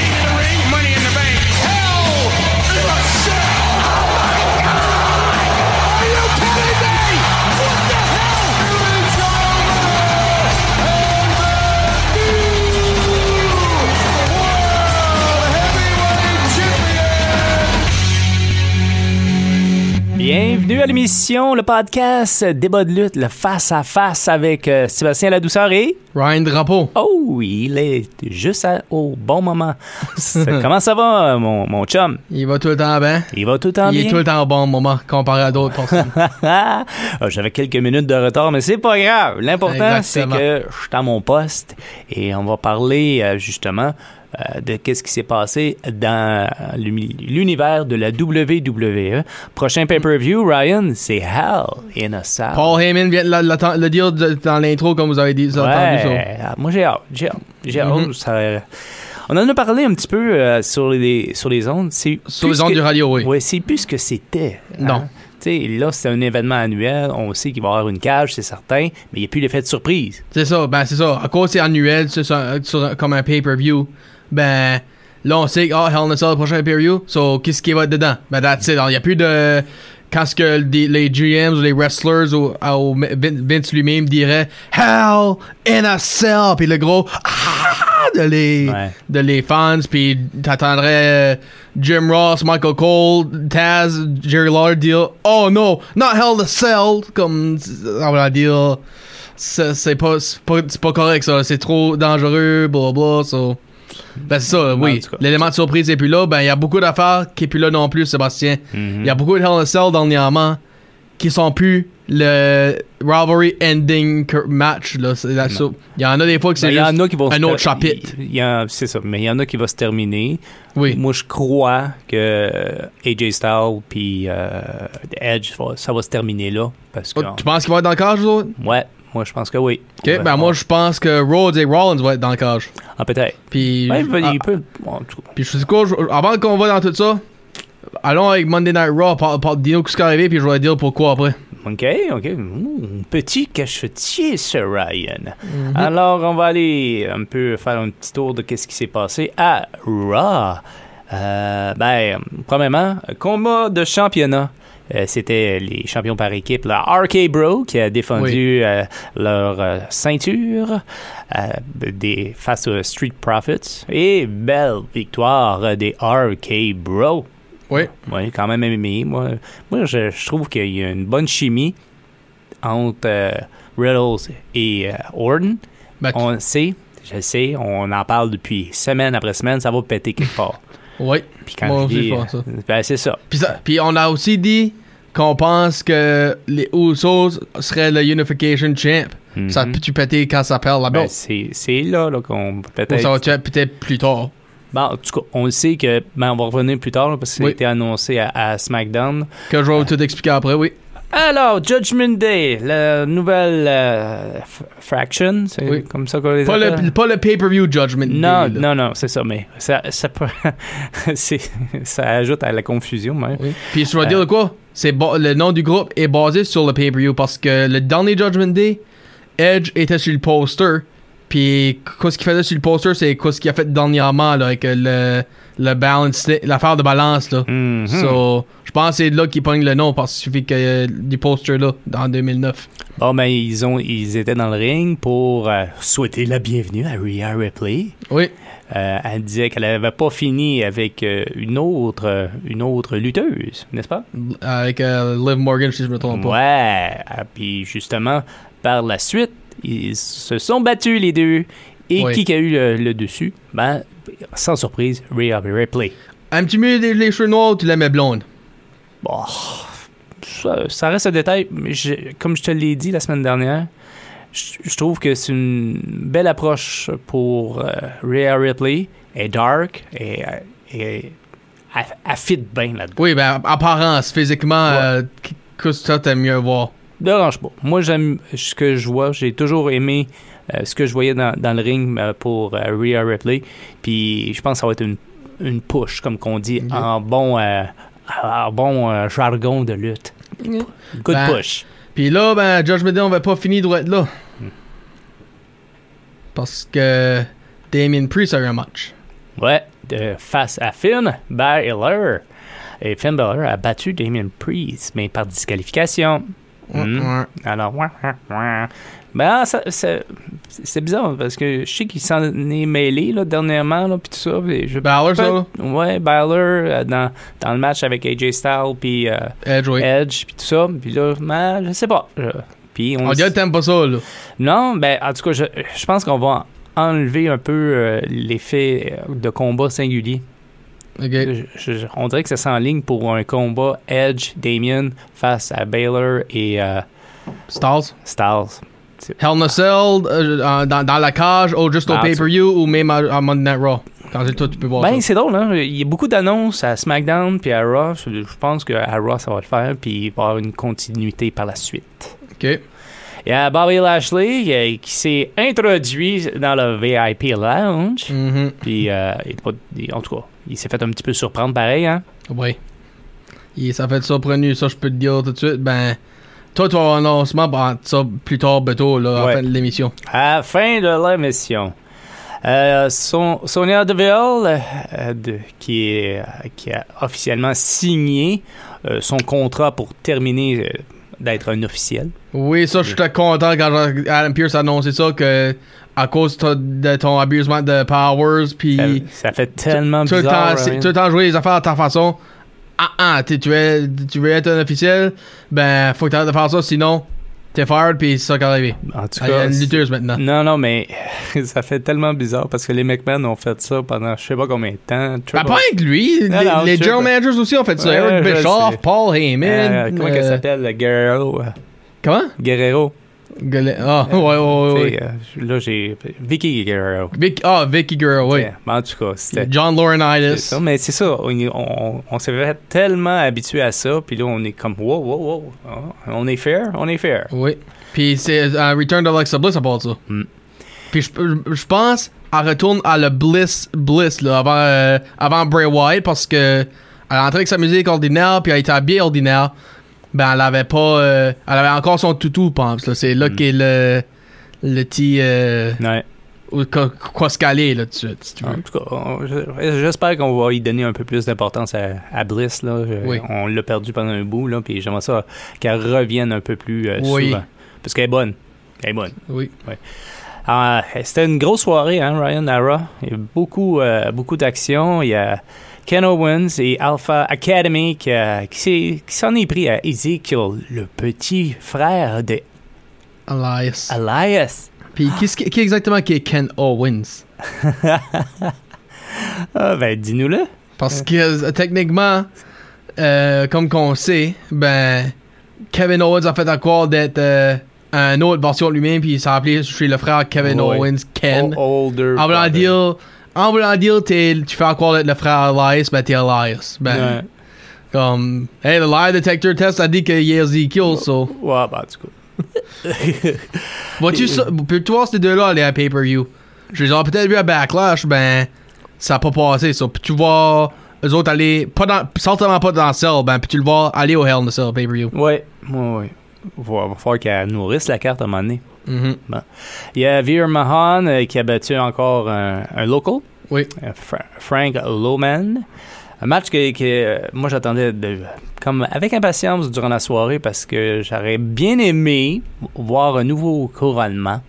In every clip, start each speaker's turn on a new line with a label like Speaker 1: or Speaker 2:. Speaker 1: King of the Ring, Money in the Bank. Hell in a Cell. Oh my God! Are you kidding me? What the hell? It's over. And the new World Heavyweight Champion.
Speaker 2: Bienvenue à l'émission, le podcast Débat de lutte, le face-à-face avec euh, Sébastien Ladouceur et...
Speaker 3: Ryan Drapeau.
Speaker 2: Oh, il est juste à- au bon moment. Ça- Comment ça va, mon, mon chum?
Speaker 3: Il va tout le temps bien.
Speaker 2: Il va tout en
Speaker 3: Il
Speaker 2: bien?
Speaker 3: est tout le temps au bon moment comparé à d'autres personnes.
Speaker 2: Ah, J'avais quelques minutes de retard, mais c'est pas grave. L'important, c'est
Speaker 3: Exactement.
Speaker 2: que je suis à mon poste et on va parler euh, justement euh, de qu'est-ce qui s'est passé dans l'uni- l'univers de la WWE. Prochain pay-per-view, Ryan, c'est Hell in a Cell.
Speaker 3: Paul Heyman vient de la- la- le dire de- dans l'intro, comme vous avez dit. Vous avez entendu ça. Mm-hmm.
Speaker 2: Ouais, ah, moi j'ai hâte, j'ai hâte, j'ai hâte, ça- On en a parlé un petit peu euh, sur les sur les ondes, c'est
Speaker 3: Sur
Speaker 2: plus
Speaker 3: les ondes
Speaker 2: que-
Speaker 3: du radio, oui.
Speaker 2: Ouais, c'est plus ce que c'était. hein.
Speaker 3: Non.
Speaker 2: Tu sais, là c'est un événement annuel, on sait qu'il va y avoir une cage, c'est certain, mais il n'y a plus l'effet de surprise.
Speaker 3: C'est ça, ben c'est ça. À cause c'est annuel, c'est ça, sur- comme un pay-per-view, ben là on sait que oh, Hell in a Cell, le prochain pay-per-view, so qu'est-ce qui va être dedans? Ben that's it. Il n'y a plus de. Quand ce que des- les GMs ou les wrestlers ou, à- au- Vin- Vince lui-même dirait Hell in a Cell, puis le gros Ah! de les,
Speaker 2: Ouais.
Speaker 3: de les fans, puis t'attendrais euh, Jim Ross, Michael Cole, Taz, Jerry Lawler dire Oh no, not Hell in a Cell, comme on va dire. Ça, c'est pas, c'est pas, c'est pas correct, ça. C'est trop dangereux, blablabla. So. Ben, c'est ça, oui.
Speaker 2: tout cas.
Speaker 3: L'élément de surprise est plus là. Ben, il y a beaucoup d'affaires qui est plus là non plus, Sébastien. Il y a
Speaker 2: Mm.
Speaker 3: beaucoup de Hell in a Cell dernièrement qui sont plus le rivalry ending cur- match, là. C'est la- so- Il y en a des fois que
Speaker 2: Ben,
Speaker 3: c'est
Speaker 2: il y
Speaker 3: juste
Speaker 2: en a qui vont se
Speaker 3: un autre
Speaker 2: ter-
Speaker 3: chapitre.
Speaker 2: il- il y en- c'est ça, mais il y en a qui va se terminer.
Speaker 3: Oui.
Speaker 2: Moi je crois que AJ Styles puis euh, Edge va- ça va se terminer là parce que
Speaker 3: Oh, tu penses qu'il va être dans le cage, eux autres?
Speaker 2: ouais, moi je pense que oui.
Speaker 3: Ok, ben, moi, je pense que Rhodes et Rollins vont être dans le cage.
Speaker 2: ah, peut-être.
Speaker 3: Puis.
Speaker 2: Ouais, il peut-
Speaker 3: ah,
Speaker 2: il peut- bon, en tout cas.
Speaker 3: Puis je sais quoi, je- avant qu'on va dans tout ça, allons avec Monday Night Raw, par, par, dis-nous ce qui est arrivé, puis je vais dire pourquoi après.
Speaker 2: OK, OK. Ouh, petit cachetier, ce Ryan.
Speaker 3: Mhm.
Speaker 2: Alors, on va aller un peu faire un petit tour de qu'est-ce qui s'est passé à Raw. Euh, ben, premièrement, combat de championnat. Euh, C'était les champions par équipe, la RK Bro qui a défendu euh, leur euh, ceinture euh, des, face aux Street Profits. Et belle victoire euh, des RK Bro.
Speaker 3: Oui.
Speaker 2: Oui, quand même aimé. Moi, moi je, je trouve qu'il y a une bonne chimie entre euh, Riddles et euh, Orton.
Speaker 3: Ben, tu-
Speaker 2: On le sait, je le sais, on en parle depuis semaine après semaine, ça va péter quelque part.
Speaker 3: Oui.
Speaker 2: Puis quand
Speaker 3: Moi
Speaker 2: je
Speaker 3: aussi,
Speaker 2: dis,
Speaker 3: je pense ça.
Speaker 2: euh, ben, c'est ça.
Speaker 3: Puis, ça- puis on a aussi dit qu'on pense que les Usos seraient le Unification Champ.
Speaker 2: Mhm.
Speaker 3: Ça a tu péter quand ça perd la
Speaker 2: Ben,
Speaker 3: belt.
Speaker 2: c'est c'est là, là qu'on
Speaker 3: Ou
Speaker 2: peut-être.
Speaker 3: ça va tu peut-être plus tard.
Speaker 2: Bon, en tout cas, on le sait que. ben, on va revenir plus tard là, parce que ça a
Speaker 3: Oui.
Speaker 2: été annoncé à- à SmackDown.
Speaker 3: Que je vais tout expliquer après, oui.
Speaker 2: Alors, Judgment Day, la nouvelle euh, f- faction, c'est
Speaker 3: Oui.
Speaker 2: comme ça qu'on les
Speaker 3: Pas
Speaker 2: appelle?
Speaker 3: le, pas le pay-per-view judgment.
Speaker 2: Non,
Speaker 3: Day,
Speaker 2: non,
Speaker 3: là.
Speaker 2: non, c'est ça, mais ça, ça, peut- c'est- ça ajoute à la confusion. Même.
Speaker 3: Oui. Puis je vais dire de quoi? C'est ba- le nom du groupe est basé sur le pay-per-view parce que le dernier Judgment Day, Edge était sur le poster. Puis qu'est-ce qu'il faisait sur le poster, c'est qu'est-ce qu'il a fait dernièrement là, avec euh, le, le balance, l'affaire de balance là.
Speaker 2: Mhm.
Speaker 3: So, je pense que c'est de là qu'il pogne le nom parce qu'il suffit que euh, du poster là en 2009.
Speaker 2: Bon, ben, ils, ont, ils étaient dans le ring pour euh, souhaiter la bienvenue à Rhea Ripley.
Speaker 3: Oui,
Speaker 2: Euh, elle disait qu'elle n'avait pas fini avec euh, une, autre, euh, une autre lutteuse, n'est-ce pas?
Speaker 3: avec euh, Liv Morgan si je me trompe pas.
Speaker 2: Ouais. Ah, Puis justement, par la suite, ils se sont battus les deux. Et
Speaker 3: Oui.
Speaker 2: qui qui a eu le, le dessus? Ben, sans surprise, Rhea Ripley.
Speaker 3: Un petit mieux les, les cheveux noirs, ou tu l'aimais blonde.
Speaker 2: Bon, Bah, ça, ça reste un détail, mais je- comme je te l'ai dit la semaine dernière, je, je trouve que c'est une belle approche pour euh, Rhea Ripley. Elle est dark et, euh, et elle, elle fit bien là-dedans.
Speaker 3: Oui, ben apparence, physiquement,
Speaker 2: Ouais.
Speaker 3: euh, qu'est-ce que ça t'aimes mieux voir?
Speaker 2: Dérange pas. Moi, j'aime ce que je vois. J'ai toujours aimé euh, ce que je voyais dans, dans le ring euh, pour euh, Rhea Ripley. Puis je pense que ça va être une, une push, comme qu'on dit,
Speaker 3: Ok.
Speaker 2: en bon, euh, en bon euh, jargon de lutte. Good
Speaker 3: Ben,
Speaker 2: push.
Speaker 3: Puis là, ben, Judge Day, on va pas finir droit là.
Speaker 2: Hmm.
Speaker 3: Parce que Damien Priest a eu un match.
Speaker 2: Ouais, de face à Finn Balor. Et Finn Balor a battu Damien Priest, mais par disqualification.
Speaker 3: Ouais,
Speaker 2: Mm.
Speaker 3: ouais.
Speaker 2: Alors, ouais, ouais, ouais. Ben, ça- ça- c'est bizarre parce que je sais qu'il s'en est mêlé là, dernièrement, là, puis tout ça. puis je-
Speaker 3: Balor, ça, là.
Speaker 2: Ouais, Balor euh, dans, dans le match avec AJ Styles, puis euh,
Speaker 3: Edge, oui.
Speaker 2: Edge, puis tout ça. Puis là, ben, je sais pas. je- Puis Eh, on
Speaker 3: On dirait que t'aimes pas ça, là.
Speaker 2: non, ben, en tout cas, je, je pense qu'on va enlever un peu euh, l'effet euh, de combat singulier.
Speaker 3: Ok.
Speaker 2: Je- je- on dirait que ça s'enligne pour un combat Edge, Damien face à Baylor et euh,
Speaker 3: Stars.
Speaker 2: Styles.
Speaker 3: Hell in a Cell, euh, euh, dans, dans la cage, ou juste au
Speaker 2: Ah, tu-
Speaker 3: pay-per-view, ou même à, à Monday Night Raw. Quand c'est toi, tu peux voir
Speaker 2: Ben,
Speaker 3: ça.
Speaker 2: c'est drôle, hein? Il y a beaucoup d'annonces à SmackDown puis à Raw. Je, je pense qu'à Raw, ça va le faire, puis il va y avoir une continuité par la suite.
Speaker 3: Ok.
Speaker 2: Il y a Bobby Lashley euh, qui s'est introduit dans le VIP Lounge.
Speaker 3: Mhm.
Speaker 2: Puis, euh, il est pas- il- en tout cas, il s'est fait un petit peu surprendre pareil, hein?
Speaker 3: Oui. Et ça fait surprendu, ça, je peux te dire tout de suite. Ben, toi, tu vas avoir un lancement, ben, ça, plus tard, bientôt, là, à
Speaker 2: Ouais.
Speaker 3: la fin de l'émission.
Speaker 2: À la fin de la mission, euh, son, Sonia Deville, euh, de- qui, est, euh, qui a officiellement signé euh, son contrat pour terminer euh, d'être un officiel.
Speaker 3: Oui, ça, je suis content quand Adam Pierce a annoncé ça, que à cause de- de ton abusement de Powers, puis
Speaker 2: Ça, ça fait tellement
Speaker 3: tout le
Speaker 2: bizarre. hein.
Speaker 3: temps, c'est-
Speaker 2: Ryan.
Speaker 3: tout le temps jouer les affaires à ta façon. Ah ah, t'es- tu veux, tu veux être un officiel, ben, faut que t'arrêtes de faire ça, sinon, t'es fired, puis c'est ça qui Ah, est arrivé.
Speaker 2: en tout
Speaker 3: Elle est
Speaker 2: cas,
Speaker 3: une
Speaker 2: c'est-
Speaker 3: lutteuse maintenant. Ben,
Speaker 2: non, non, mais ça fait tellement bizarre parce que les McMahon ont fait ça pendant je sais pas combien de temps.
Speaker 3: Ben, pas rien que lui, les,
Speaker 2: Non, non,
Speaker 3: les
Speaker 2: tu
Speaker 3: general
Speaker 2: peux-
Speaker 3: managers aussi ont fait ça.
Speaker 2: Ouais,
Speaker 3: Eric
Speaker 2: je
Speaker 3: Bischoff,
Speaker 2: sais.
Speaker 3: Paul Heyman.
Speaker 2: Euh, comment qu'elle
Speaker 3: euh,
Speaker 2: s'appelle, le Guerrero? euh,
Speaker 3: Comment?
Speaker 2: Guerrero.
Speaker 3: Gole- Ah, ouais, ouais, ouais. ouais.
Speaker 2: Tu sais, euh, là, j'ai... Vicky Guerrero.
Speaker 3: Vic- ah, Vicky Girl, oui.
Speaker 2: Ouais, ben, en tout cas, c'était...
Speaker 3: John
Speaker 2: euh, C'est
Speaker 3: Laurinaitis.
Speaker 2: ça, mais c'est ça, on, on, on s'est fait tellement habitué à ça, puis là on est comme wow, wow, wow, Ah, on est fair, on est fair.
Speaker 3: Oui. Puis c'est euh, Return de Alexa Bliss à part de ça.
Speaker 2: Mm.
Speaker 3: Puis je je pense elle retourne à le Bliss Bliss là, avant, euh, avant Bray Wyatt parce que elle est entrée avec sa musique ordinaire puis elle était habillée ordinaire. Ben elle avait pas euh, elle avait encore son toutou pense là, c'est là qu'est le le petit euh,
Speaker 2: Ouais.
Speaker 3: ou quoi, quoi se caler là dessus si tu veux.
Speaker 2: En tout cas, on- je- j'espère qu'on va y donner un peu plus d'importance à, à Bliss. Là. Je-
Speaker 3: Oui.
Speaker 2: On l'a perdu pendant un bout, là, puis j'aimerais ça qu'elle revienne un peu plus euh,
Speaker 3: Oui.
Speaker 2: souvent. Parce qu'elle est bonne. Elle est bonne.
Speaker 3: Oui.
Speaker 2: Ah, C'était une grosse soirée, hein, Ryan Ara. Il y a beaucoup, euh, beaucoup d'action. Il y a Ken Owens et Alpha Academy qui, euh, qui s'est- qui s'en est pris à Ezekiel, le petit frère de
Speaker 3: Elias.
Speaker 2: Ah. Elias.
Speaker 3: Puis qui, qui- qui exactement qui est Ken Owens
Speaker 2: Ah, ben, dis-nous-le.
Speaker 3: Parce que euh, techniquement, euh, comme qu'on sait, ben Kevin Owens a fait accord d'être euh, un autre version de lui-même, puis il s'est appelé chez le frère Kevin
Speaker 2: Ouais. Oh,
Speaker 3: Owens, Ken. Ah, ben,
Speaker 2: O- older
Speaker 3: En voulant
Speaker 2: brother.
Speaker 3: dire, en voulant dire, t'es- tu fais accord d'être le frère Elias, ben t'es Elias. Ben,
Speaker 2: Ouais.
Speaker 3: comme, hey, le lie detector test a dit qu'il y a Ezekiel, so.
Speaker 2: Ouais, ben, en tout cas.
Speaker 3: Vois-tu ça? Peux-tu voir ces deux-là aller à pay-per-view? Je les aurais peut-être vu à Backlash, ben, ça a pas passé, ça. Puis tu vois, eux autres aller, pas dans, certainement pas dans le Cell, ben, puis tu le vois aller au Hell in a Cell pay-per-view.
Speaker 2: Ouais, ouais, ouais. Va, va falloir qu'elle nourrisse la carte à un moment donné.
Speaker 3: Mhm.
Speaker 2: Il y a Veer Mahan euh, qui a battu encore un, un local,
Speaker 3: Oui.
Speaker 2: euh, Fra- Frank Lowman. Un match que, que, euh, moi j'attendais de- comme avec impatience durant la soirée parce que j'aurais bien aimé voir un nouveau couronnement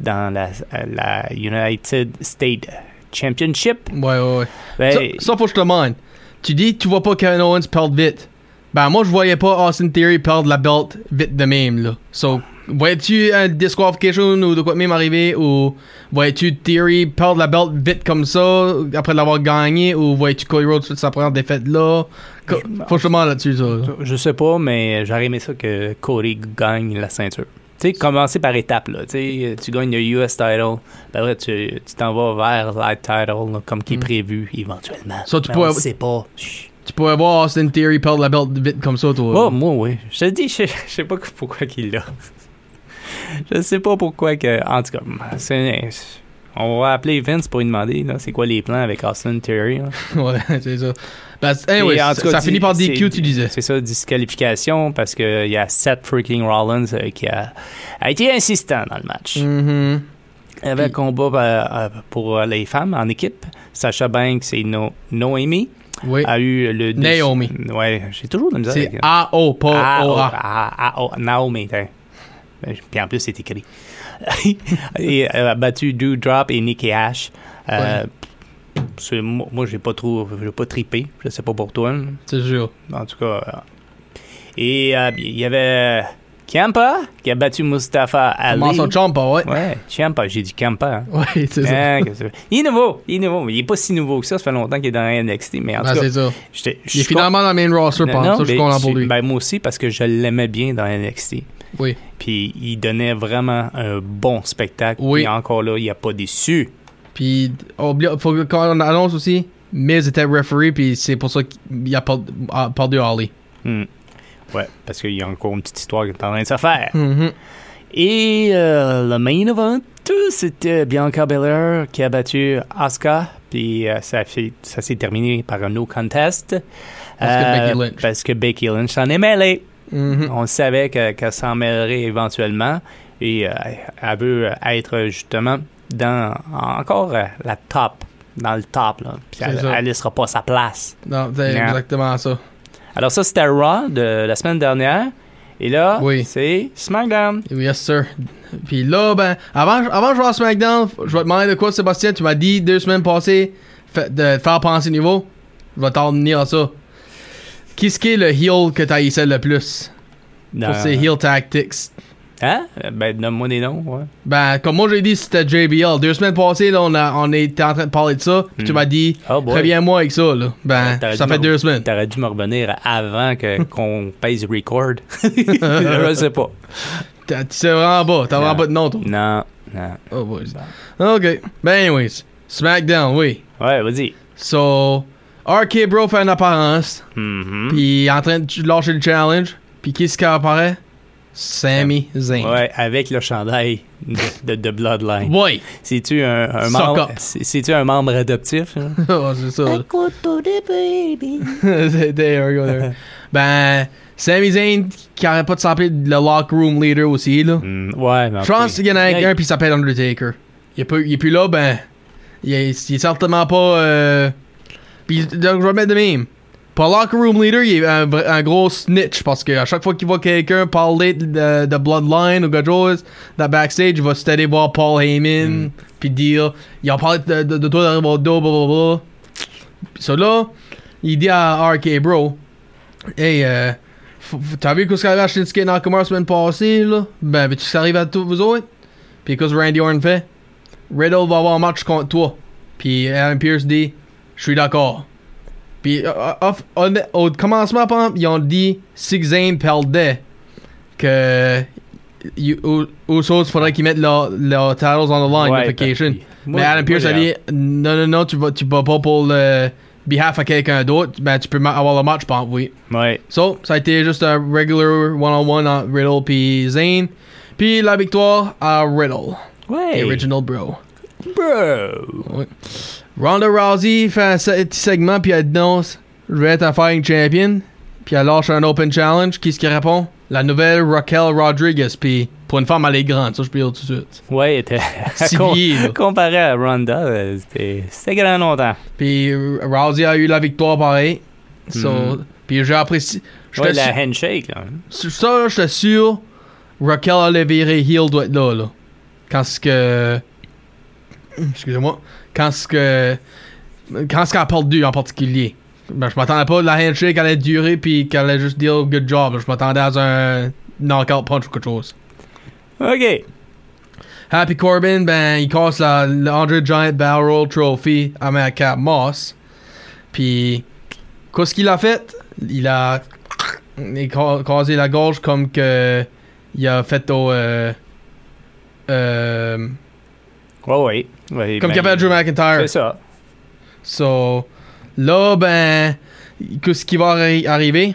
Speaker 2: dans la, la United States Championship.
Speaker 3: Ouais, ouais, ouais.
Speaker 2: Ben,
Speaker 3: Ça, ça, faut que je te demande. Tu dis, tu vois pas Kevin Owens perdre vite. Ben, moi, je voyais pas Austin Theory perdre la belt vite de même, là. So, voyais-tu un disqualification ou de quoi de même arriver, ou voyais-tu Theory perdre la belt vite comme ça, après l'avoir gagné, ou voyais-tu Cody Rhodes faire sa première défaite là? Co- Faut que je te demande là-dessus, ça. là.
Speaker 2: Je sais pas, mais j'aurais aimé ça que Corey gagne la ceinture. Tu sais, commencer par étapes, là. Tu sais, tu gagnes le US title, puis après, tu tu t'en vas vers la title, là, comme qui est
Speaker 3: Mm.
Speaker 2: prévu, éventuellement.
Speaker 3: Ça, tu
Speaker 2: Mais
Speaker 3: pourrais-
Speaker 2: on le sait pas. Chut.
Speaker 3: Tu pourrais voir Austin Theory perdre la belt vite comme ça, toi.
Speaker 2: Oh, moi, oui. Je te dis, je je sais pas que- pourquoi qu'il l'a. Je sais pas pourquoi que. En tout cas, c'est- on va appeler Vince pour lui demander là, c'est quoi les plans avec Austin Terry. là.
Speaker 3: ouais, c'est ça. Parce- anyway,
Speaker 2: Et en
Speaker 3: ça,
Speaker 2: tout cas,
Speaker 3: ça
Speaker 2: dis-
Speaker 3: finit par DQ,
Speaker 2: c'est-
Speaker 3: tu disais.
Speaker 2: C'est ça, disqualification, parce qu'il y a Seth freaking Rollins euh, qui a, a été insistant dans le match.
Speaker 3: Mhm.
Speaker 2: Il y avait un
Speaker 3: Puis-
Speaker 2: combat euh, euh, pour euh, les femmes en équipe. Sacha Banks et No- Noemi
Speaker 3: Oui.
Speaker 2: a eu le... dessus-
Speaker 3: Naomi.
Speaker 2: Ouais, j'ai toujours de la misère
Speaker 3: C'est
Speaker 2: avec-
Speaker 3: A-O, pas
Speaker 2: Ah, oh,
Speaker 3: O-A.
Speaker 2: ah, ah, oh, Naomi. hein. Ben, Puis en plus, c'est écrit. et elle a battu Drop et Nicky Ash. Euh, c'est- Moi, moi, j'ai pas trop, j'ai pas trippé. Je sais pas pour toi. hein.
Speaker 3: C'est sûr.
Speaker 2: En tout cas. euh, Et euh, il y avait Ciampa qui a battu Mustafa Ali.
Speaker 3: Comment son chum, pas, hein, ouais.
Speaker 2: Ouais, Ciampa, j'ai dit Ciampa. hein.
Speaker 3: Ouais, c'est ça.
Speaker 2: Hein, qu'est-ce que- il est nouveau, il est nouveau. Il est pas si nouveau que ça, ça fait longtemps qu'il est dans NXT, mais en
Speaker 3: Ben,
Speaker 2: tout cas,
Speaker 3: c'est ça.
Speaker 2: j'étais- je
Speaker 3: Il est
Speaker 2: suis con-
Speaker 3: finalement dans le main roster,
Speaker 2: Non,
Speaker 3: par ça, je suis
Speaker 2: mais
Speaker 3: content
Speaker 2: je-
Speaker 3: pour lui.
Speaker 2: ben, moi aussi, parce que je l'aimais bien dans NXT.
Speaker 3: Oui.
Speaker 2: Puis il donnait vraiment un bon spectacle.
Speaker 3: Oui.
Speaker 2: Puis encore là, il a pas déçu.
Speaker 3: Puis, oublie, faut qu'on annonce aussi, Miz était referee, puis c'est pour ça qu'il a per- a perdu Holly.
Speaker 2: Hmm. Ouais, parce qu'il y a encore une petite histoire qui est en train de se faire.
Speaker 3: Mhm.
Speaker 2: Et euh, le main event, c'était Bianca Belair qui a battu Asuka. Puis euh, ça, a fait- ça s'est terminé par un no contest. Euh,
Speaker 3: Parce que Becky Lynch.
Speaker 2: Parce que Becky Lynch s'en est mêlée.
Speaker 3: Mhm.
Speaker 2: On savait que- qu'elle s'en mêlerait éventuellement et euh, elle veut être justement dans encore euh, la top, dans le top. Là. Puis
Speaker 3: C'est
Speaker 2: elle
Speaker 3: ça.
Speaker 2: ne laissera pas sa place.
Speaker 3: Non, c'est
Speaker 2: Non.
Speaker 3: exactement ça.
Speaker 2: Alors ça, c'était Raw de la semaine dernière. Et là,
Speaker 3: Oui.
Speaker 2: c'est SmackDown.
Speaker 3: Yes, sir. Puis là, ben, avant, avant de jouer à SmackDown, je vais te demander de quoi, Sébastien. Tu m'as dit deux semaines passées fa- de te faire penser niveau. Je vais t'en venir à ça. Qu'est-ce qui est le heel que t'haïssais le plus
Speaker 2: Dans-
Speaker 3: pour ses heel tactics?
Speaker 2: Euh, Hein? Euh, Ben, donne-moi des noms. ouais.
Speaker 3: Ben, comme moi j'ai dit, c'était JBL. Deux semaines passées, là, on, a, on était en train de parler de ça. Puis tu
Speaker 2: Hmm.
Speaker 3: m'as dit,
Speaker 2: Oh boy.
Speaker 3: reviens-moi avec ça, là. Ben,
Speaker 2: Ouais, t'aurais
Speaker 3: ça
Speaker 2: dû
Speaker 3: fait
Speaker 2: me-
Speaker 3: deux semaines.
Speaker 2: T'aurais dû me revenir avant que- qu'on pèse record. Je sais pas.
Speaker 3: T'as- Tu sais vraiment pas. T'as vraiment
Speaker 2: Non.
Speaker 3: pas de nom, toi.
Speaker 2: Non, non.
Speaker 3: Oh, boys.
Speaker 2: Bah.
Speaker 3: Ok. Ben, anyways. SmackDown, oui.
Speaker 2: Ouais, vas-y.
Speaker 3: So, RK Bro fait une apparence.
Speaker 2: Mhm.
Speaker 3: Puis il est en train de lâcher le challenge. Puis qui est-ce qui apparaît? Sammy Zayn.
Speaker 2: Ouais, avec le chandail de, de- de Bloodline.
Speaker 3: Ouais.
Speaker 2: C'est-tu un, un
Speaker 3: Suck
Speaker 2: membre
Speaker 3: up.
Speaker 2: c'est- C'est-tu un membre adoptif? hein?
Speaker 3: Oh, c'est ça. là. there we go, there. ben, Sammy Zayn qui arrête pas de s'appeler le locker room leader aussi, là.
Speaker 2: Hmm, ouais, mais
Speaker 3: Je pense qu'il y en a
Speaker 2: Hey.
Speaker 3: un, puis il s'appelle Undertaker. Il est, pas- il est plus là, ben. Il est, il est certainement pas. Euh... Puis donc, je vais mettre de même. Pour locker room leader, il est un, vrai- un gros snitch parce que à chaque fois qu'il voit quelqu'un parler de, de Bloodline ou quelque chose, dans backstage, il va se aller voir Paul Heyman, puis dire il en parlé de, de, de toi dans mon dos, blablabla. Puis ça là, il dit à RK Bro Hey, euh, f- f- t'as vu qu'est-ce qui arrive à Shinsuke Nakamura la semaine passée, là Ben, veux-tu que ça arrive à tous vous autres Puis qu'est-ce que Randy Orton fait Riddle va avoir un match contre toi. Puis Adam Pierce dit Je suis d'accord. Puis euh, euh, off- honn- au commencement, par exemple, ils ont dit Six Zayn perdait que. You, Usos, faudrait qu'ils mettent leurs leur titles on the line,
Speaker 2: Ouais, ben,
Speaker 3: notification.
Speaker 2: t'as-
Speaker 3: Mais Adam
Speaker 2: oh,
Speaker 3: Pierce a dit non, non, non, tu vas, tu vas pas pour le behalf à quelqu'un d'autre, ben tu peux ma- avoir le match, je pense, oui.
Speaker 2: Ouais.
Speaker 3: So, ça a été juste un regular one-on-one entre Riddle puis Zane. Puis la victoire à Riddle,
Speaker 2: Ouais.
Speaker 3: the original bro.
Speaker 2: Bro.
Speaker 3: Ronda Rousey fait un se- petit segment, puis elle annonce Je vais être un fighting champion. Puis elle lâche un open challenge. Qui ce qui répond La nouvelle Raquel Rodriguez. Puis pour une femme, elle est grande, ça je peux dire tout de suite.
Speaker 2: Ouais, il était-
Speaker 3: Six
Speaker 2: com-
Speaker 3: pieds, là.
Speaker 2: comparé à Ronda, euh, c'était c'était grand longtemps.
Speaker 3: Puis euh, Rousey a eu la victoire pareil. So,
Speaker 2: Mhm.
Speaker 3: Puis j'ai apprécié. j'étais
Speaker 2: Ouais, la
Speaker 3: su-
Speaker 2: handshake, là.
Speaker 3: sur ça, là, j'étais sûr. Raquel Oliveira Hill doit être là. là. Quand ce que. Excusez-moi. Quand ce que. Quand ce qu'elle a perdu en particulier. Ben, je m'attendais pas à la handshake allait durer puis qu'elle allait juste dire good job. Je m'attendais à un knockout punch ou quelque chose.
Speaker 2: OK.
Speaker 3: Happy Corbin, ben, il casse la, le Andre Giant Barrel Trophy à Madcap Moss. Puis, qu'est-ce qu'il a fait? Il a il a causé la gorge comme que il a fait au... euh, euh,
Speaker 2: Ouais, ouais. ouais
Speaker 3: comme
Speaker 2: ben,
Speaker 3: qu'il a fait à Drew McIntyre.
Speaker 2: C'est ça.
Speaker 3: So, là, ben, qu'est-ce qui va arri- arriver?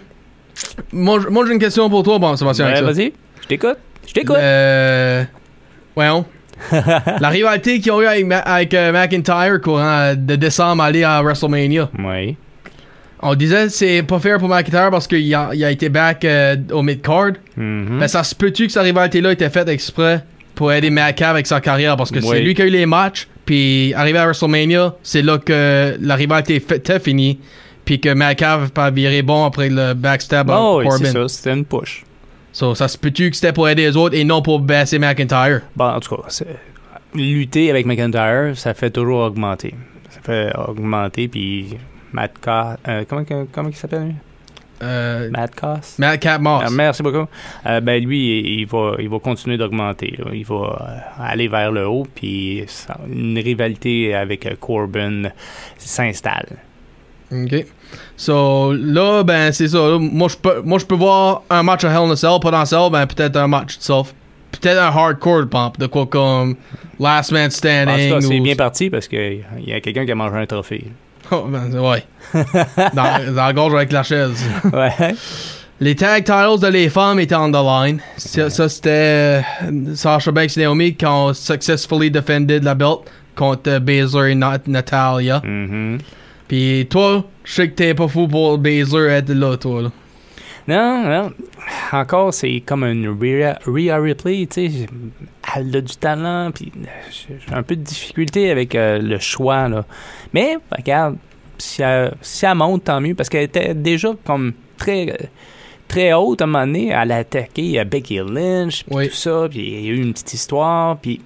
Speaker 3: Moi, j- moi, j'ai une question pour toi, bon, Sébastien.
Speaker 2: Ouais,
Speaker 3: avec ça.
Speaker 2: vas-y, je t'écoute. Je t'écoute.
Speaker 3: Le- Voyons. la rivalité qu'ils ont eue avec, Ma- avec, euh, McIntyre courant euh, de décembre aller à WrestleMania.
Speaker 2: Oui.
Speaker 3: On disait que c'est pas fair pour McIntyre parce qu'il a, il a été back euh, au mid-card.
Speaker 2: Mhm.
Speaker 3: Mais ça se peut-tu que cette rivalité-là était faite exprès pour aider Metcalf avec sa carrière parce que
Speaker 2: Oui.
Speaker 3: c'est lui qui a eu les matchs. Puis arrivé à WrestleMania, c'est là que la rivalité était finie. Puis que Metcalf a viré bon après le backstab à
Speaker 2: Bon, Oh oui, c'est ça.
Speaker 3: Corbin.
Speaker 2: C'était une push.
Speaker 3: So, ça se peut-tu que c'était pour aider les autres et non pour baisser McIntyre?
Speaker 2: Bon, en tout cas, c'est- lutter avec McIntyre, ça fait toujours augmenter. Ça fait augmenter, puis Matt Ca- euh, comment, que- comment il s'appelle, lui?
Speaker 3: Euh,
Speaker 2: Matt Cass?
Speaker 3: Metcalf Moss.
Speaker 2: Ah, merci beaucoup. Euh, ben lui, il- il va, il va continuer d'augmenter. là. Il va euh, aller vers le haut, puis ça- une rivalité avec euh, Corbin s'installe.
Speaker 3: OK. So, là, ben, c'est ça. là. moi, je peux, moi, je peux voir un uh, match à Hell in a Cell, pas dans Cell, ben, peut-être un match itself. Peut-être un hardcore pump, de quoi comme Last Man
Speaker 2: En tout
Speaker 3: Standing.
Speaker 2: cas, c'est
Speaker 3: ou-
Speaker 2: bien parti parce qu'il y a quelqu'un qui a mangé un trophée.
Speaker 3: Oh, ben, ouais. dans, dans la gorge avec la chaise.
Speaker 2: ouais.
Speaker 3: Les tag titles de les femmes étaient on the line. Ça, ça, c'était euh, Sasha Banks et Naomi qui ont successfully defended la belt contre euh, Baszler et Nat- Natalia.
Speaker 2: Mhm.
Speaker 3: Puis toi, je sais que t'es pas fou pour Baszler être là, toi. Là.
Speaker 2: Non, non. Encore, c'est comme une Rhea, Rhea Ripley, tu sais. Elle a du talent, puis j'ai j'ai un peu de difficulté avec euh, le choix, là. Mais, regarde, si elle, si elle monte, tant mieux, parce qu'elle était déjà comme très très haute à un moment donné. Elle a attaqué euh, Becky Lynch, puis
Speaker 3: Oui.
Speaker 2: tout ça, puis il y a eu une petite histoire, puis...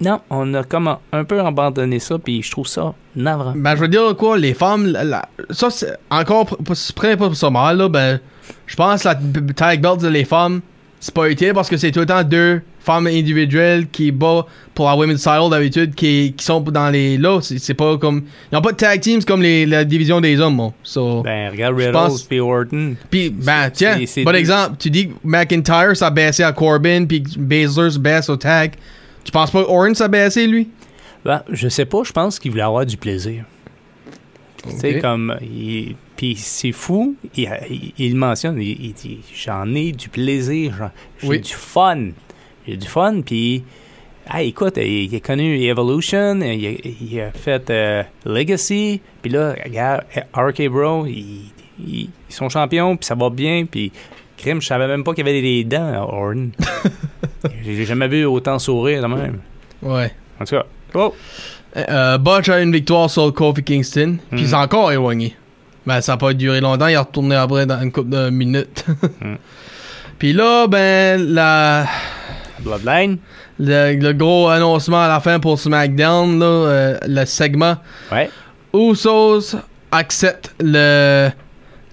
Speaker 2: Non, on a comme un- un peu abandonné ça, puis je trouve ça navrant.
Speaker 3: Ben, je veux dire quoi, les femmes, la- la- ça, c'est encore, pr- pr- c'est prêt pas pour ça mal, là, ben, je pense la b- b- tag belt de les femmes, c'est pas utile parce que c'est tout le temps deux femmes individuelles qui battent pour la women's title d'habitude, qui, qui sont dans les, là, c'est c'est pas comme, ils ont pas de tag teams comme les, la division des hommes, bon. So,
Speaker 2: Ben, regarde
Speaker 3: Je
Speaker 2: Riddles,
Speaker 3: pense-
Speaker 2: puis Orton.
Speaker 3: Puis, ben, tiens,
Speaker 2: c'est- c'est
Speaker 3: bon
Speaker 2: deux-
Speaker 3: exemple, tu dis que McIntyre, ça a baissé à Corbin, puis que Baszler se baisse au tag, tu penses pas que Orton, ça a baissé, lui?
Speaker 2: Ben, je sais pas, je pense qu'il voulait avoir du plaisir. Tu sais,
Speaker 3: Ok.
Speaker 2: comme. il- Puis c'est fou, il, il- il le mentionne, il, il dit J'en ai du plaisir, j'en- j'ai
Speaker 3: Oui.
Speaker 2: du fun. J'ai du fun, puis. Ah, écoute, il, il a connu Evolution, il, a- il a fait euh, Legacy, puis là, regarde, RK Bro, ils, ils- ils sont champions, puis ça va bien, puis. Crime, je savais même pas qu'il y avait des dents à Orton. J'ai jamais vu autant sourire, quand même.
Speaker 3: Ouais.
Speaker 2: En tout cas, oh!
Speaker 3: Euh, Butch a une victoire sur Kofi Kingston, puis
Speaker 2: Mhm.
Speaker 3: c'est encore éloigné. Ben, ça n'a pas duré longtemps, il est retourné après dans une couple de minutes.
Speaker 2: Mhm.
Speaker 3: Puis là, ben, la,
Speaker 2: Bloodline.
Speaker 3: le, le gros annoncement à la fin pour SmackDown, là, euh, le segment.
Speaker 2: Ouais.
Speaker 3: Usos accepte le,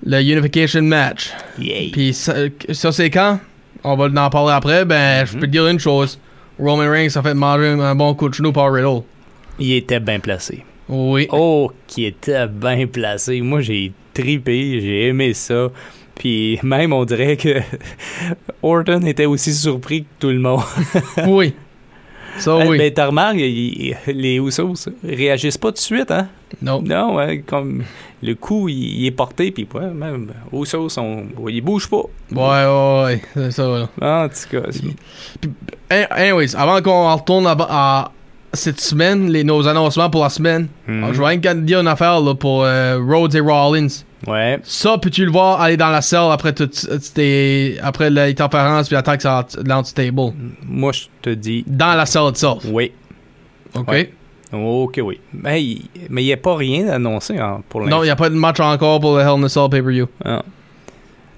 Speaker 3: le Unification Match.
Speaker 2: Yay.
Speaker 3: Puis ça, ça, c'est quand? On va en parler après. Ben, je peux te dire une chose. Roman Reigns a fait manger un bon coup de genou par Riddle.
Speaker 2: Il était bien placé.
Speaker 3: Oui.
Speaker 2: Oh, qui était bien placé. Moi, j'ai tripé, j'ai aimé ça. Puis même, on dirait que Orton était aussi surpris que tout le monde.
Speaker 3: Oui. Ça,
Speaker 2: Ben,
Speaker 3: Oh oui.
Speaker 2: ben, t'as remarqué, il- il- les Usos réagissent pas tout de suite, hein?
Speaker 3: Non.
Speaker 2: Non, hein, comme le coup, il, il est porté, puis ouais, même Usos, on, ils bougent pas.
Speaker 3: Ouais, ouais, ouais, c'est ça. Là.
Speaker 2: En tout cas, c'est-
Speaker 3: An- Anyways, avant qu'on en retourne à, à cette semaine, les, nos annoncements pour la semaine,
Speaker 2: Mhm.
Speaker 3: je vais rien te dire une affaire là, pour euh, Rhodes et Rollins.
Speaker 2: Hmm. ouais.
Speaker 3: Ça, peux-tu le voir aller dans la salle après tout, euh, tes, après l'interférence puis l'attaque sur la- l'anti-table?
Speaker 2: Moi, je te dis
Speaker 3: Dans la salle itself.
Speaker 2: oui.
Speaker 3: OK.
Speaker 2: Ouais. Ok, oui. Mais il n'y a pas rien annoncé hein, pour l'instant.
Speaker 3: Non, il n'y a pas de match encore pour le Hell in a Cell pay-per-view.
Speaker 2: Ah.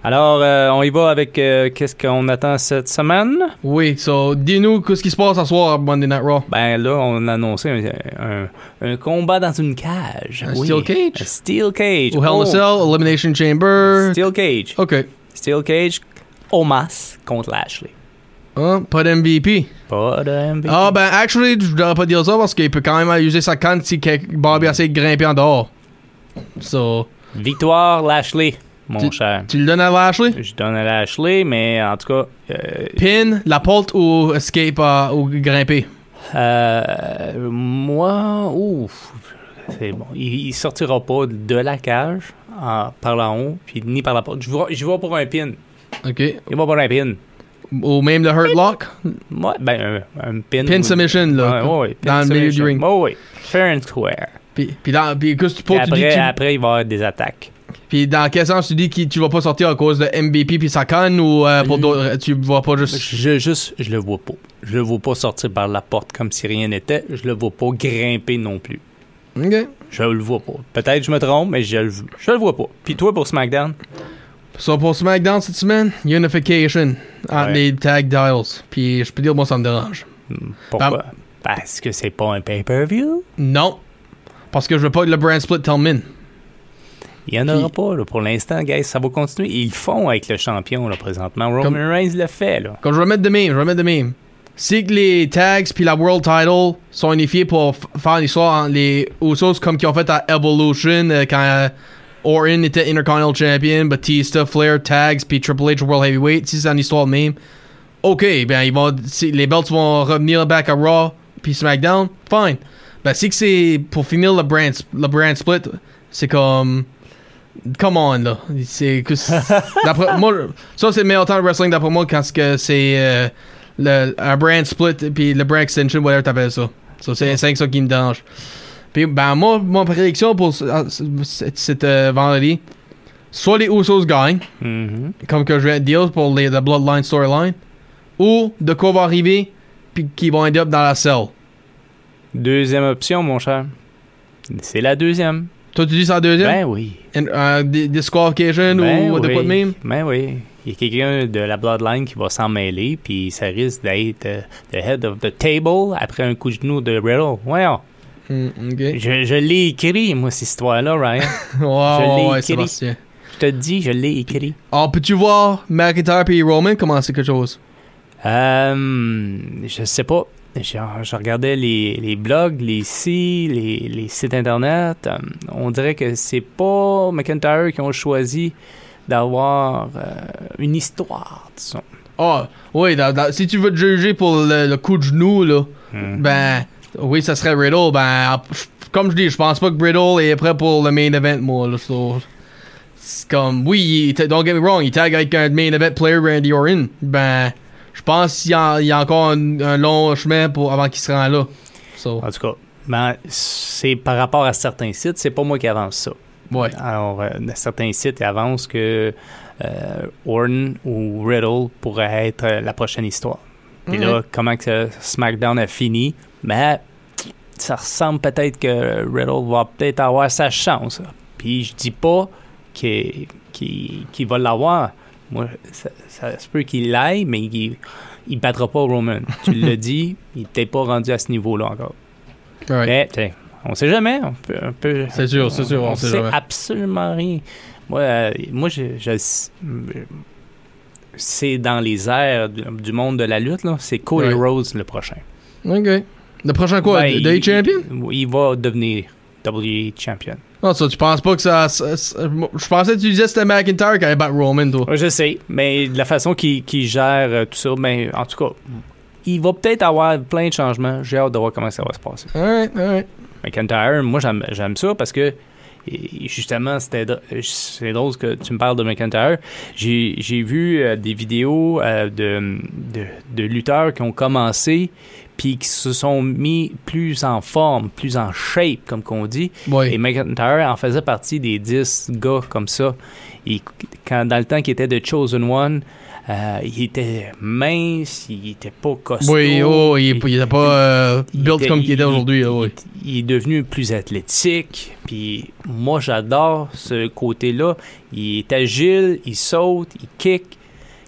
Speaker 2: Alors, euh, on y va avec euh, qu'est-ce qu'on attend cette semaine.
Speaker 3: Oui, so, dis-nous qu'est-ce qui se passe ce soir à Monday Night Raw.
Speaker 2: Ben là, on a annoncé un, un- un combat dans une cage.
Speaker 3: Un
Speaker 2: Oui.
Speaker 3: steel cage?
Speaker 2: Un steel cage.
Speaker 3: Ou Hell in
Speaker 2: Oh,
Speaker 3: a Cell, Elimination Chamber.
Speaker 2: Steel cage.
Speaker 3: OK.
Speaker 2: Steel cage. Omas contre Lashley.
Speaker 3: Hein, pas d'MVP.
Speaker 2: Pas de MVP.
Speaker 3: Ah ben, actually, je devrais pas dire ça parce qu'il peut quand même user sa canne si quelque- Bobby essaie de grimper en dehors. So,
Speaker 2: Victoire Lashley, mon cher.
Speaker 3: tu le donnes à Lashley?
Speaker 2: Je donne à Lashley, mais en tout cas, euh,
Speaker 3: Pin, la porte ou escape euh, ou grimper?
Speaker 2: Euh, moi, ouf, c'est bon. Il, il sortira pas de la cage en- par là haut, puis ni par la porte. Je vois, je vois pour un pin.
Speaker 3: OK.
Speaker 2: Il va pour un pin.
Speaker 3: Ou même le Hurt Lock.
Speaker 2: Ouais, ben, un, un pin.
Speaker 3: Pin submission, là.
Speaker 2: Ouais, ouais, pin
Speaker 3: dans le milieu du
Speaker 2: submission.
Speaker 3: ring.
Speaker 2: Ouais, ouais. Fair and square.
Speaker 3: Puis, puis, dans, puis qu'est-ce que tu
Speaker 2: Puis
Speaker 3: peux- tu dis
Speaker 2: après,
Speaker 3: que tu-
Speaker 2: après, il va y avoir des attaques.
Speaker 3: puis dans quel sens tu dis que tu vas pas sortir à cause de MVP puis ça conne ou euh,
Speaker 2: Mm.
Speaker 3: pour d'autres, tu vois pas juste.
Speaker 2: Je, juste, je le vois pas. Je le vois pas sortir par la porte comme si rien n'était. Je le vois pas grimper non plus.
Speaker 3: Ok.
Speaker 2: Je le vois pas. Peut-être que je me trompe, mais je le, je le vois pas. Puis toi, pour SmackDown?
Speaker 3: So pour SmackDown cette semaine, Unification entre
Speaker 2: Ouais.
Speaker 3: les tag dials. Puis je peux dire, moi ça me dérange.
Speaker 2: Pourquoi? Ben, Parce que c'est pas un pay-per-view.
Speaker 3: Non. Parce que je veux pas que le brand split termine.
Speaker 2: Il y en aura
Speaker 3: Puis-
Speaker 2: pas, là. Pour l'instant, guys, ça va continuer. Ils le font avec le champion, là, présentement. Roman
Speaker 3: Comme-
Speaker 2: Reigns le fait, là.
Speaker 3: Quand je vais mettre de même, je vais mettre de même. Si que les tags puis la world title sont unifiés pour f- faire l'histoire entre les Usos comme qu'ils ont fait à Evolution euh, quand euh, Orton était Intercontinental Champion, Batista, Flair, tags puis Triple H World Heavyweight, si c'est une histoire de même, ok, ben ils vont, si les belts vont revenir back à Raw puis SmackDown, fine. Ben si que c'est pour finir le brand, sp- le brand split, c'est comme, come on là, c'est que c'est- d'après moi, ça, c'est le meilleur temps de wrestling d'après moi quand c'est que c'est euh, le, un brand split puis le brand extension, whatever t'appelles ça. So, c'est c'est ça qui me dérange. Puis, ben, moi, mon prédiction pour ce- ah, ce- cet cet, euh, vendredi, soit les Usos gagnent,
Speaker 2: Mhm.
Speaker 3: comme que je viens de dire pour les, la Bloodline storyline, ou de quoi va arriver puis qui vont end up dans la selle.
Speaker 2: Deuxième option, mon cher. C'est la deuxième.
Speaker 3: Toi, tu dis ça en deuxième?
Speaker 2: Ben oui.
Speaker 3: Une- un di- disqualification
Speaker 2: Ben
Speaker 3: ou de quoi
Speaker 2: oui.
Speaker 3: de même?
Speaker 2: Ben oui. Il y a quelqu'un de la Bloodline qui va s'en mêler, puis ça risque d'être euh, the head of the table après un coup de genou de Riddle. Voyons.
Speaker 3: Hmm, ok.
Speaker 2: Je, je l'ai écrit, moi, cette histoire-là, Ryan.
Speaker 3: Ouais,
Speaker 2: l'ai
Speaker 3: ouais, ouais,
Speaker 2: écrit.
Speaker 3: Sébastien.
Speaker 2: je te dis, je l'ai écrit.
Speaker 3: Alors, peux-tu voir McIntyre et Roman commencer quelque chose?
Speaker 2: Euh, je sais pas. Je, je regardais les, les blogs, les sites, les, les sites internet. Euh, on dirait que c'est pas McIntyre qui ont choisi d'avoir euh, une histoire, disons.
Speaker 3: Ah, oui, dans- dans- si tu veux te juger pour le, le coup de genou, là,
Speaker 2: Hmm.
Speaker 3: ben, oui, ça serait Riddle. Ben, je- comme je dis, je pense pas que Riddle est prêt pour le main event, moi, là, so, c'est comme, oui, il était- don't get me wrong, il tag avec un main event player, Randy Orton. Ben, je pense qu'il y, a- il y a encore un, un long chemin pour, avant qu'il se rende là. So,
Speaker 2: En tout cas, ben, c'est par rapport à certains sites, c'est pas moi qui avance ça.
Speaker 3: ouais.
Speaker 2: Alors, euh, certains sites avancent que euh, Orton ou Riddle pourrait être euh, la prochaine histoire. Puis là, comment que euh, SmackDown a fini, ben, ça ressemble peut-être que Riddle va peut-être avoir sa chance. Puis je dis pas qu'il qu'il- qu'il va l'avoir. Moi, ça, ça se peut qu'il l'aille, mais il, il battra pas Roman. Tu le dis, il n'est peut-être pas rendu à ce niveau-là encore.
Speaker 3: Alright.
Speaker 2: Mais, t'sais, on sait jamais. On peut, on peut-
Speaker 3: C'est sûr, c'est sûr, on
Speaker 2: On,
Speaker 3: sait
Speaker 2: sait,
Speaker 3: jamais.
Speaker 2: absolument rien. Moi, euh, moi je, je- c'est dans les airs du- du monde de la lutte. là. C'est Cody
Speaker 3: Ouais.
Speaker 2: Rhodes le prochain.
Speaker 3: Ok. Le prochain quoi?
Speaker 2: Ben,
Speaker 3: Day
Speaker 2: il-
Speaker 3: Champion?
Speaker 2: Il va devenir WWE Champion.
Speaker 3: Non, ça, tu penses pas que ça. ça- ça- je pensais que tu disais que c'était McIntyre qui allait battre Roman, toi.
Speaker 2: Ouais, Je sais, mais de la façon qu'il qu'il gère euh, tout ça, mais en tout cas, il va peut-être avoir plein de changements. J'ai hâte de voir comment ça va se passer.
Speaker 3: Alright, alright.
Speaker 2: McIntyre, moi j'aime j'aime ça parce que et- justement c'était dr- c'est drôle que tu me parles de McIntyre. J'ai j'ai vu euh, des vidéos euh, de, de, de lutteurs qui ont commencé puis qui se sont mis plus en forme, plus en shape comme qu'on dit. Et
Speaker 3: Ouais.
Speaker 2: McIntyre en faisait partie des 10 gars comme ça. Et quand, dans le temps qu'il était de Chosen One, euh, il était mince, il était pas costaud.
Speaker 3: Oui, oh, il il était pas euh,
Speaker 2: il
Speaker 3: built
Speaker 2: était-
Speaker 3: comme qu'il était aujourd'hui, là, oui.
Speaker 2: il est devenu plus athlétique. Puis moi, j'adore ce côté-là. Il est agile, il saute, il kick,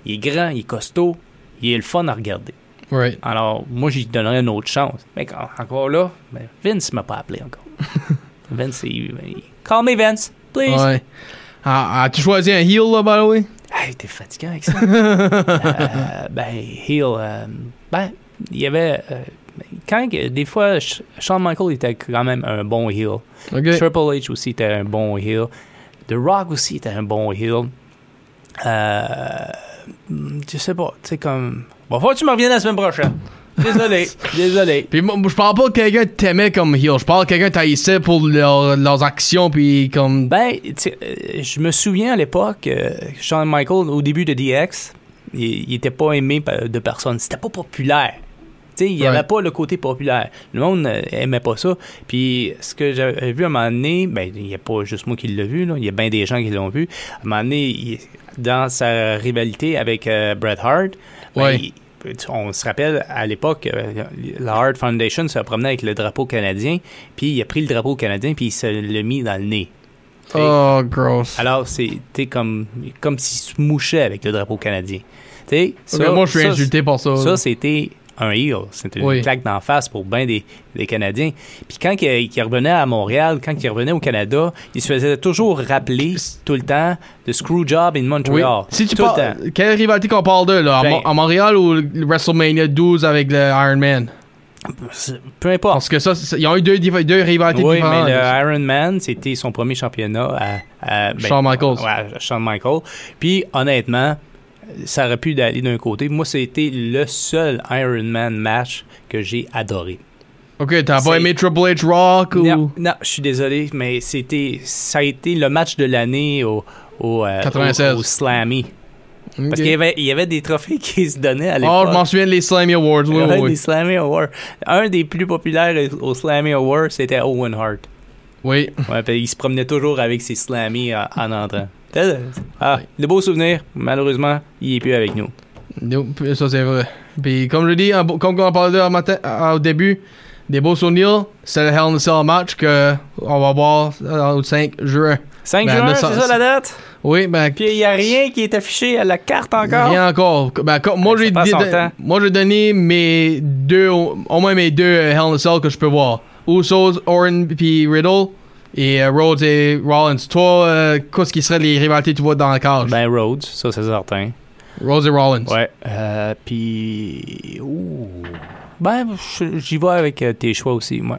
Speaker 2: il est grand, il est costaud, il est le fun à regarder.
Speaker 3: Right.
Speaker 2: Alors, moi, j'y donnerais une autre chance. Mais quand- encore là, ben, Vince m'a pas appelé encore. Vince, il, ben, il- Call me Vince, please.
Speaker 3: Ouais. Ah, ah, tu choisis un heel, là, by the way?
Speaker 2: Hey, t'es fatiguant avec ça. Euh, ben, Hill, euh, ben, il y avait. euh, quand que- des fois, Sh- Shawn Michaels était quand même un bon heel.
Speaker 3: Ok.
Speaker 2: Triple H aussi était un bon heel. The Rock aussi était un bon heel. Euh, je sais pas, tu sais, comme. Bon, faut que tu me reviennes la semaine prochaine. Désolé, désolé.
Speaker 3: Puis moi, moi, je parle pas que quelqu'un t'aimait comme heel, je parle que quelqu'un t'haïssait pour leur- leurs actions, puis comme.
Speaker 2: Ben, tu sais, euh, je me souviens à l'époque, euh, Shawn Michaels, au début de DX, il, il était pas aimé par- de personne. C'était pas populaire. Tu sais, il n'y
Speaker 3: Ouais.
Speaker 2: avait pas le côté populaire. Le monde euh, aimait pas ça. Puis ce que j'avais vu à un moment donné, ben, il n'y a pas juste moi qui l'ai vu, là. il y a bien des gens qui l'ont vu. À un moment donné, il- dans sa rivalité avec euh, Bret Hart, ben,
Speaker 3: Ouais.
Speaker 2: il- tu- on se rappelle à l'époque, euh, la Hart Foundation se promenait avec le drapeau canadien, puis il a pris le drapeau canadien, puis il se l'a mis dans le nez.
Speaker 3: Oh, gross.
Speaker 2: Alors, c'était comme, comme s'il se mouchait avec le drapeau canadien. Tu sais,
Speaker 3: Ok,
Speaker 2: ça-
Speaker 3: moi, je suis
Speaker 2: ça,
Speaker 3: insulté pour ça.
Speaker 2: ça, c'était un heel. C'était une
Speaker 3: Oui.
Speaker 2: claque d'en face pour bien des, des Canadiens. Puis quand il, il revenait à Montréal, quand il revenait au Canada, il se faisait toujours rappeler tout le temps de Screwjob in
Speaker 3: oui.
Speaker 2: Montreal.
Speaker 3: Si tu
Speaker 2: tout le
Speaker 3: parles.
Speaker 2: temps.
Speaker 3: Quelle rivalité qu'on parle de, là? À,
Speaker 2: Ben-
Speaker 3: Mo- à Montréal ou le WrestleMania 12 avec le Iron Man?
Speaker 2: C'est- Peu importe.
Speaker 3: Parce que ça, c'est- ils ont eu deux, div- deux rivalités
Speaker 2: Oui, mais
Speaker 3: différentes.
Speaker 2: le Iron Man, c'était son premier championnat à, à- ben,
Speaker 3: Shawn Michaels.
Speaker 2: Ouais, à Shawn Michaels. Puis, honnêtement, ça aurait pu d'aller d'un côté. Moi, c'était le seul Iron Man match que j'ai adoré.
Speaker 3: Ok, t'as
Speaker 2: C'est-
Speaker 3: pas aimé Triple H Rock ou.
Speaker 2: Non, non, je suis désolé, mais c'était, ça a été le match de l'année au, au, euh,
Speaker 3: 96.
Speaker 2: au- au Slammy.
Speaker 3: Ok.
Speaker 2: Parce qu'il y avait, il y avait des trophées qui se donnaient à
Speaker 3: Oh, je m'en
Speaker 2: l'époque.
Speaker 3: souviens de les Slammy Awards. Oui,
Speaker 2: un
Speaker 3: oui,
Speaker 2: des
Speaker 3: oui.
Speaker 2: Slammy Awards. Un des plus populaires au Slammy Awards, c'était Owen Hart.
Speaker 3: Oui.
Speaker 2: Ouais, puis il se promenait toujours avec ses Slammy en, en entrant. Ah, de beaux souvenirs. Malheureusement, il est plus avec nous.
Speaker 3: Nope, ça c'est vrai. Puis comme je dis, en bo- comme on parlait au, matin- à- au début, des beaux souvenirs, c'est le Hell in a Cell match que on va voir euh, au 5 juin.
Speaker 2: 5
Speaker 3: Ben,
Speaker 2: juin,
Speaker 3: le
Speaker 2: c'est
Speaker 3: sens-
Speaker 2: ça la date?
Speaker 3: Oui, ben
Speaker 2: Puis il n'y a rien qui est affiché à la carte encore.
Speaker 3: rien encore. Ben, comme- moi
Speaker 2: Ça
Speaker 3: j'ai
Speaker 2: passe
Speaker 3: dit-
Speaker 2: en temps.
Speaker 3: moi j'ai donné mes deux au au moins mes deux euh, Hell in a Cell que je peux voir. Usos, Orton puis Riddle et euh, Rhodes et Rollins. Toi, euh, qu'est-ce qui serait les rivalités que tu vois dans la cage?
Speaker 2: Ben, Rhodes, ça c'est certain.
Speaker 3: Rhodes et Rollins.
Speaker 2: Ouais. Euh, puis. Ouh. Ben, je- j'y vais avec euh, tes choix aussi, moi.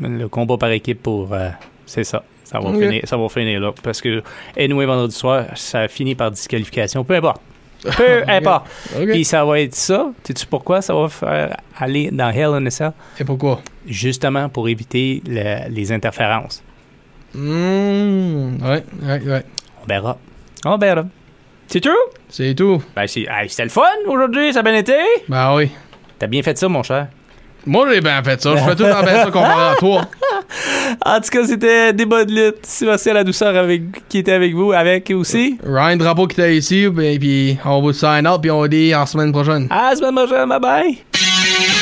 Speaker 2: Le combat par équipe pour. euh, c'est ça. Ça va,
Speaker 3: Ok.
Speaker 2: finir, ça va finir là. Parce que, anyway, vendredi soir, ça finit par disqualification. Peu importe. Peu importe.
Speaker 3: Ok.
Speaker 2: Puis ça va être ça. Sais-tu pourquoi ça va faire aller dans Hell in a Cell?
Speaker 3: Et pourquoi?
Speaker 2: Justement pour éviter le- les interférences.
Speaker 3: Hmm, ouais, ouais, ouais.
Speaker 2: On verra. On verra. C'est tout?
Speaker 3: C'est tout.
Speaker 2: Ben, c'est- hey, c'était le fun aujourd'hui. Ça a bien été.
Speaker 3: Ben oui.
Speaker 2: T'as bien fait ça, mon cher.
Speaker 3: Moi, j'ai bien fait ça. Je fais tout en bien ça comparé à toi.
Speaker 2: En tout cas, c'était Débat de lutte. Sébastien La Douceur avec, qui était avec vous, avec aussi.
Speaker 3: Ryan Drapeau qui
Speaker 2: Ah,
Speaker 3: était ici, ben, puis on vous sign out, puis on vous dit en semaine prochaine.
Speaker 2: À la semaine prochaine. Bye bye.